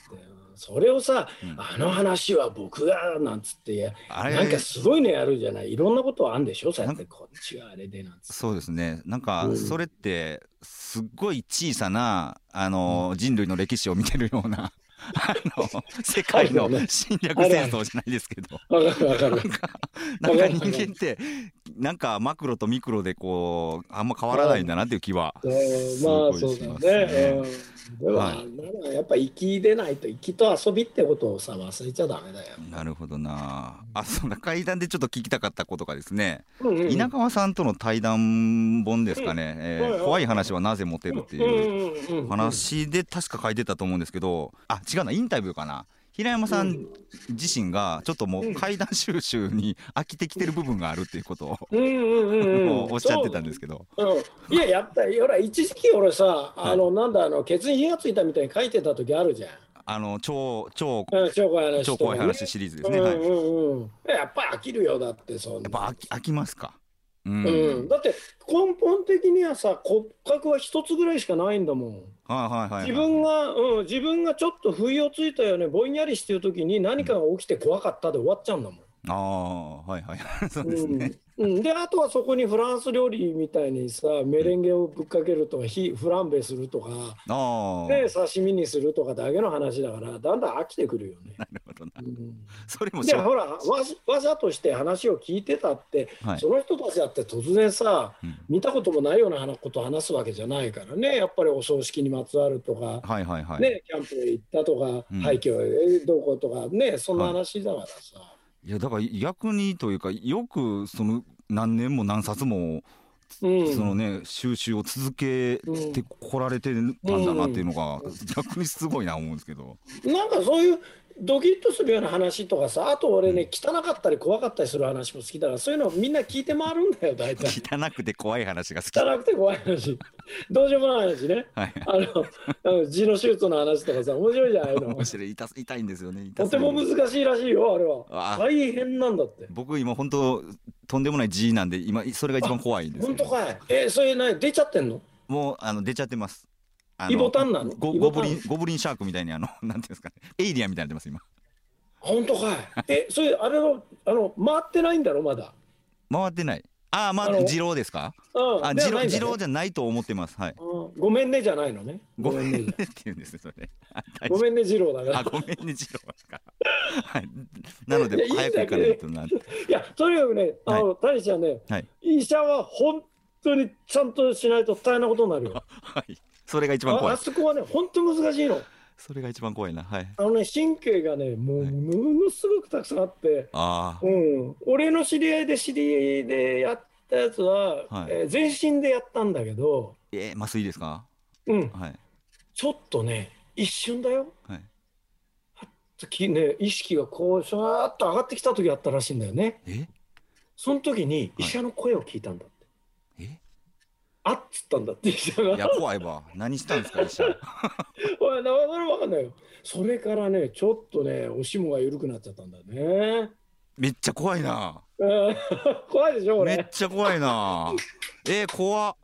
Speaker 2: それをさ、
Speaker 1: うん
Speaker 2: あの話は僕がなんつって
Speaker 1: あれ
Speaker 2: なんかすごいのやるじゃないいろんなことあんでしょそうやってこっちはあれでなんつって
Speaker 1: そうですねなんか
Speaker 2: うん
Speaker 1: それってすっごい小さなあの、人類の歴史を見てるような あ の世界の
Speaker 2: あるよね
Speaker 1: 侵略戦争じゃないですけど
Speaker 2: わかるわかる
Speaker 1: なん
Speaker 2: わ
Speaker 1: か
Speaker 2: かる
Speaker 1: 人間ってなんかマクロとミクロでこうあんま変わらないんだなっていう気は
Speaker 2: え
Speaker 1: す
Speaker 2: ーま
Speaker 1: ご
Speaker 2: あ
Speaker 1: いし
Speaker 2: そ
Speaker 1: ま
Speaker 2: う
Speaker 1: す
Speaker 2: だ
Speaker 1: ね
Speaker 2: よ。ね。うん、でも、
Speaker 1: はい
Speaker 2: あんなのはやっぱ生き出ないと生きと遊びってことをさ忘れちゃダメだよ。
Speaker 1: なるほどなあそんな階段でちょっと聞きたかったことがですね、
Speaker 2: うんうん
Speaker 1: 稲川さんとの対談本ですかね、えー
Speaker 2: はいはい
Speaker 1: 怖い話はなぜモテるっていう、
Speaker 2: うんうんうん
Speaker 1: 話で確か書いてたと思うんですけどあ違うなインタビューかな平山さ
Speaker 2: うんん
Speaker 1: 自身がちょっともう階段収集に飽きてきてる部分があるっていうことを、
Speaker 2: うんうんうんう
Speaker 1: も
Speaker 2: ん
Speaker 1: うおっしゃってたんですけど
Speaker 2: うん、いややったよほら一時期俺さあの、なんだあのケツに火がついたみたいに書いてた時あるじゃん。
Speaker 1: あの超超
Speaker 2: うん超怖い話
Speaker 1: 超
Speaker 2: とか
Speaker 1: 怖
Speaker 2: ね
Speaker 1: い話シリーズですね、
Speaker 2: うん
Speaker 1: はい、や
Speaker 2: うんうんやっぱり飽きるよだってそんな
Speaker 1: っぱ飽き飽きますかうん、
Speaker 2: うんだって根本的にはさ骨格は一つぐらいしかないんだもん。
Speaker 1: はいはいはい
Speaker 2: 自分が、うん、自分がちょっと不意をついたよね、ぼんやりしてる時に何かが起きて怖かったで終わっちゃうんだもん。
Speaker 1: ああはいはい そうです
Speaker 2: うん
Speaker 1: ね、
Speaker 2: うんであとはそこにフランス料理みたいにさメレンゲをぶっかけるとかひフランベするとか
Speaker 1: ああな
Speaker 2: で
Speaker 1: る
Speaker 2: 刺身にするとかだけの話だからだんだん飽きてくるよね。
Speaker 1: ほどな
Speaker 2: うん
Speaker 1: それもし
Speaker 2: で
Speaker 1: ょ
Speaker 2: ほらわわざとして話を聞いてたって、
Speaker 1: はい
Speaker 2: その人たちだって突然さ
Speaker 1: うん
Speaker 2: 見たこともないような話ことを話すわけじゃないからねやっぱりお葬式にまつわるとか、
Speaker 1: はいはいはい、
Speaker 2: ね、キャンプへ行ったとか、
Speaker 1: うん
Speaker 2: 廃墟へどうこうとか、ね、そんな話だからさ、
Speaker 1: いやだから逆にというかよくその何年も何冊も
Speaker 2: うん
Speaker 1: そのね収集を続けて こられてたんだなっていうのが逆にすごいな思うんですけど、
Speaker 2: なんかそういうドキッとするような話とかさあと俺ね汚かったり怖かったりする話も好きだからそういうのみんな聞いて回るんだよ大体
Speaker 1: 汚くて怖い話が好き。は
Speaker 2: 汚くて怖い話どうしようもない話ね
Speaker 1: い。
Speaker 2: あのあの痔の手術の話とかさ面白いじゃ ないの
Speaker 1: 面白い痛す痛いんですよね。痛
Speaker 2: と
Speaker 1: す
Speaker 2: て
Speaker 1: ぎる
Speaker 2: も難しいらしいよあれ
Speaker 1: あ
Speaker 2: は大変なんだって
Speaker 1: 僕今本当とんでもない G なんで今それが一番怖いんですよ
Speaker 2: 本当かいえそれ何出ちゃってんの
Speaker 1: もうあの出ちゃってますあの
Speaker 2: イボタンなの
Speaker 1: ゴ
Speaker 2: イ
Speaker 1: ゴ
Speaker 2: ボ
Speaker 1: ブ
Speaker 2: タン
Speaker 1: リンゴブリンシャークみたいにあのなんていうんですかねエイリアンみたいになってます今
Speaker 2: 本当かい えそれあれのあの回ってないんだろまだ
Speaker 1: 回ってないああま
Speaker 2: あ
Speaker 1: あ
Speaker 2: の
Speaker 1: 二郎ですか
Speaker 2: うん
Speaker 1: あ
Speaker 2: で
Speaker 1: 二
Speaker 2: は
Speaker 1: 郎
Speaker 2: ないんだ
Speaker 1: 二
Speaker 2: ね
Speaker 1: 郎じゃないと思ってます はい
Speaker 2: うんごめんねじゃないのね
Speaker 1: ごめんね
Speaker 2: じ
Speaker 1: っ
Speaker 2: ゃ
Speaker 1: て言うんですねそ れあ大丈
Speaker 2: ご
Speaker 1: 夫
Speaker 2: めんね二郎だから
Speaker 1: あごめんね二郎です かはいなの
Speaker 2: いや
Speaker 1: で
Speaker 2: いいんだ
Speaker 1: 早
Speaker 2: け
Speaker 1: く行
Speaker 2: ど
Speaker 1: かないとなって
Speaker 2: いや、とにかくね、あの、谷ちゃんね、
Speaker 1: はい
Speaker 2: 医者は本当にちゃんとしないと大変なことになるよ。
Speaker 1: はいそれが一番
Speaker 2: あ
Speaker 1: 怖
Speaker 2: あ
Speaker 1: い
Speaker 2: そこはね、本当難しいの。
Speaker 1: それが一番怖いなはい
Speaker 2: あのね、神経がね、もう
Speaker 1: はい
Speaker 2: ものすごくたくさんあって、
Speaker 1: ああ
Speaker 2: うん、俺の知り合いで知り合いでやったやつ
Speaker 1: は
Speaker 2: は、
Speaker 1: い
Speaker 2: えー全身でやったんだけど、
Speaker 1: えー麻酔ですか
Speaker 2: うん、
Speaker 1: はい
Speaker 2: ちょっとね、一瞬だよ。
Speaker 1: はい
Speaker 2: きね、意識がこう、シャーっと上がってきた時あったらしいんだよね。
Speaker 1: え
Speaker 2: その時に医者の声を聞いたんだって。
Speaker 1: え
Speaker 2: あっつったんだって、医者が
Speaker 1: い。や怖いわ何したんですか医者
Speaker 2: おい、なかなかわかんないよ。それからね、ちょっとね、おしもが緩くなっちゃったんだね。
Speaker 1: めっちゃ怖いな。
Speaker 2: うん 怖いでしょ、こ
Speaker 1: めっ
Speaker 2: れ。
Speaker 1: ちゃ怖いな。えー、怖っ。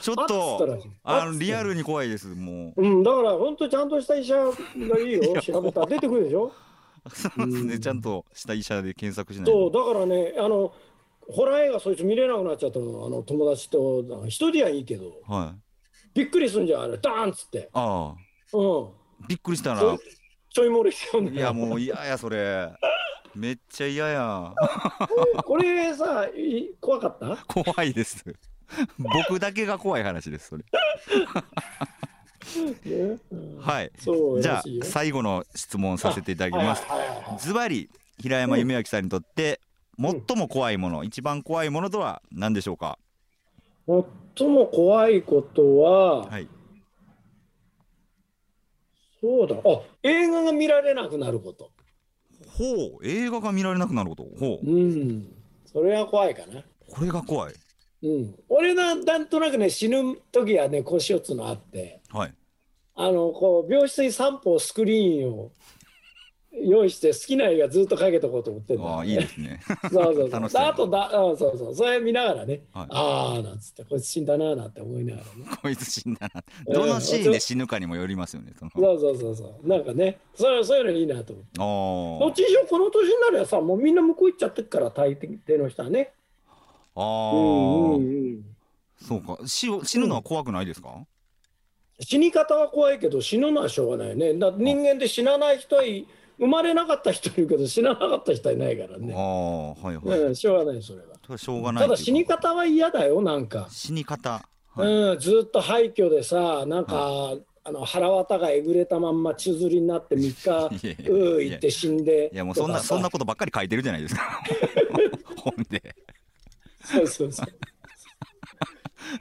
Speaker 1: ちょっ
Speaker 2: あっつった
Speaker 1: と
Speaker 2: らしい、
Speaker 1: あ
Speaker 2: あっつ
Speaker 1: の
Speaker 2: った
Speaker 1: リアルに怖いです。も
Speaker 2: うん、だから、本当ちゃんとした医者がいいよ、調べたら出てくるでしょ。
Speaker 1: う。そうです
Speaker 2: う
Speaker 1: ね。
Speaker 2: ん
Speaker 1: ちゃんとした医者で検索しない
Speaker 2: そう、
Speaker 1: と。
Speaker 2: だからね、あの、ホラー映画そいつ見れなくなっちゃったの、あの友達と、一人はいいけど、
Speaker 1: はい。
Speaker 2: びっくりすんじゃん、あれ、ダーンっつって。
Speaker 1: ああ、
Speaker 2: うん。そ
Speaker 1: びっくりしたな。
Speaker 2: ちょい漏れしちゃうんだ
Speaker 1: い
Speaker 2: よ
Speaker 1: やもう嫌やそれ。めっちゃ嫌や。
Speaker 2: これさ、い怖かった
Speaker 1: 怖いです。僕だけが怖い話です。それ。
Speaker 2: ねうん
Speaker 1: はい。
Speaker 2: そう
Speaker 1: じ
Speaker 2: ら
Speaker 1: ゃ
Speaker 2: しいよ、
Speaker 1: あ最後の質問させていただき
Speaker 2: はいは
Speaker 1: ま
Speaker 2: い
Speaker 1: す。
Speaker 2: はいはい
Speaker 1: ズバリ平山夢明さんにとって最も怖いもの、一番怖いものとは何でしょうか。
Speaker 2: 最も怖いことは、
Speaker 1: はい。
Speaker 2: そうだ。あ、映画が見られなくなること。
Speaker 1: ほう、映画が見られなくなること。ほう
Speaker 2: う、ん。それは怖いかな。
Speaker 1: これが怖い。
Speaker 2: うん。俺な、なんとなくね、死ぬ時はね、腰打つのあって、
Speaker 1: はい。
Speaker 2: あの、こう、病室に3歩スクリーンを用意して、好きな映画ずっとかけとこうと思ってんだ、
Speaker 1: ああ、いいですね。
Speaker 2: そうそうそ
Speaker 1: 楽
Speaker 2: う。
Speaker 1: しそう
Speaker 2: だあとだ、うん、そうそう。それ見ながらね、
Speaker 1: はい
Speaker 2: ああ、なんつって、こいつ死んだなーなんて思いながらね。
Speaker 1: こいつ死んだな。どのシーンで死ぬかにもよりますよね。その。
Speaker 2: そうそうそうそう。なんかね、それそういうのいいなと思って。ど
Speaker 1: あ
Speaker 2: っちにしろこの年になればさ、もうみんな向こう行っちゃってっから、大抵の人はね。
Speaker 1: あ。あ
Speaker 2: うんう
Speaker 1: あ。
Speaker 2: んうん
Speaker 1: そうか。死を、死ぬのは怖くないですか。
Speaker 2: 死に方は怖いけど死ぬのはしょうがないねだ人間で死なない人はい生まれなかった人いるけど死ななかった人はいないから
Speaker 1: あ
Speaker 2: ね、
Speaker 1: あ、はいはい。
Speaker 2: うん、しょうがないそれは
Speaker 1: それはしょうがない
Speaker 2: た
Speaker 1: という
Speaker 2: だ
Speaker 1: か。
Speaker 2: 死に方は嫌だよなんか、
Speaker 1: 死に方。はい。
Speaker 2: うん、ずっと廃墟でさなんか、あの腹渡がえぐれたまんま宙づりになって3
Speaker 1: いやい
Speaker 2: 日
Speaker 1: や
Speaker 2: うーいって死んで
Speaker 1: いやもうそんな
Speaker 2: とかさ
Speaker 1: そんなことばっかり書いてるじゃないです か本で
Speaker 2: そうそうそう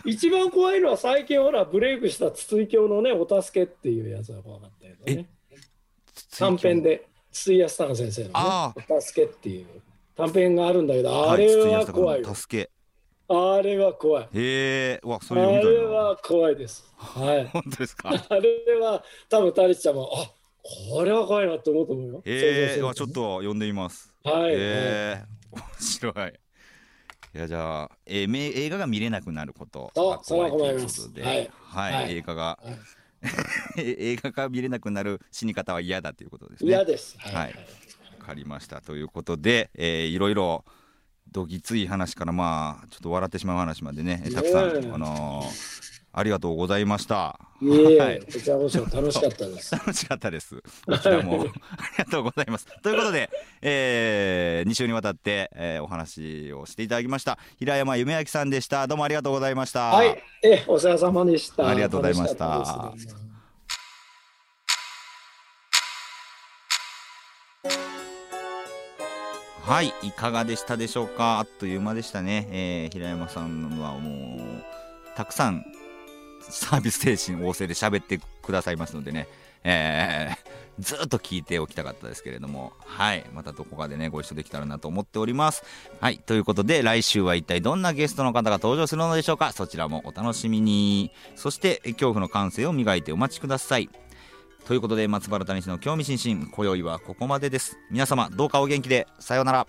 Speaker 2: 一番怖いのは最近ほらブレイクした筒井教のね「お助け」っていうやつが怖かったよね短編で筒井康隆先生の、ね
Speaker 1: あ
Speaker 2: お助けっていう短編があるんだけど、あ
Speaker 1: はい
Speaker 2: れ
Speaker 1: 筒井康
Speaker 2: は
Speaker 1: 隆の
Speaker 2: 怖いよ。
Speaker 1: 助け
Speaker 2: あれは怖い。
Speaker 1: へえ、うわ、そ
Speaker 2: あ
Speaker 1: ういうみたい
Speaker 2: れ
Speaker 1: な。
Speaker 2: は怖いです。はい。
Speaker 1: 本当 ですか。
Speaker 2: あれは多分タリちゃんも、あこれは怖いなと思うと思うよ。
Speaker 1: ええ、う
Speaker 2: 想
Speaker 1: わ、ちょ
Speaker 2: 像す
Speaker 1: っ
Speaker 2: る
Speaker 1: と読んでみます。
Speaker 2: とね。はい。はい
Speaker 1: ええ、面白い。いや、じゃあ、えー、め映画が見れなくなること。
Speaker 2: そう
Speaker 1: が
Speaker 2: それは
Speaker 1: 怖い
Speaker 2: 困
Speaker 1: とい
Speaker 2: り
Speaker 1: う
Speaker 2: ま
Speaker 1: こ
Speaker 2: す
Speaker 1: とで。
Speaker 2: はい
Speaker 1: は、
Speaker 2: はいい
Speaker 1: 映画が
Speaker 2: はい
Speaker 1: 映画が見れなくなる死に方は嫌だということですね。
Speaker 2: 嫌
Speaker 1: わ
Speaker 2: です。はい。
Speaker 1: は
Speaker 2: はいい、
Speaker 1: かりました。ということで、えー、いろいろ。どぎつい話から、まあ、ちょっと笑ってしまう話までね、えーたくさ
Speaker 2: ねえ
Speaker 1: ん、あのーありがとうございました。
Speaker 2: いえい
Speaker 1: はい
Speaker 2: え、こちらこそ楽しかったです。
Speaker 1: 楽しかったです。こちらもありがとうございます。ということで、え2週にわたって、えーお話をしていただきました。平山夢明さんでした。 どうもありがとうございました。
Speaker 2: はい。え、お世話様でした。
Speaker 1: ありがとうございました
Speaker 2: 楽かったです
Speaker 1: はい、いかがでしたでしょうか。あっという間でしたね。えー平山さんはもうたくさんサービス精神旺盛で喋ってくださいますのでね、えーずっと聞いておきたかったですけれども、はい。またどこかでね、ご一緒できたらなと思っております。はい。ということで、来週は一体どんなゲストの方が登場するのでしょうかそちらもお楽しみに。そして、恐怖の感性を磨いてお待ちください。ということで、松原谷氏の興味津々、今宵はここまでです。皆様、どうかお元気で。さようなら。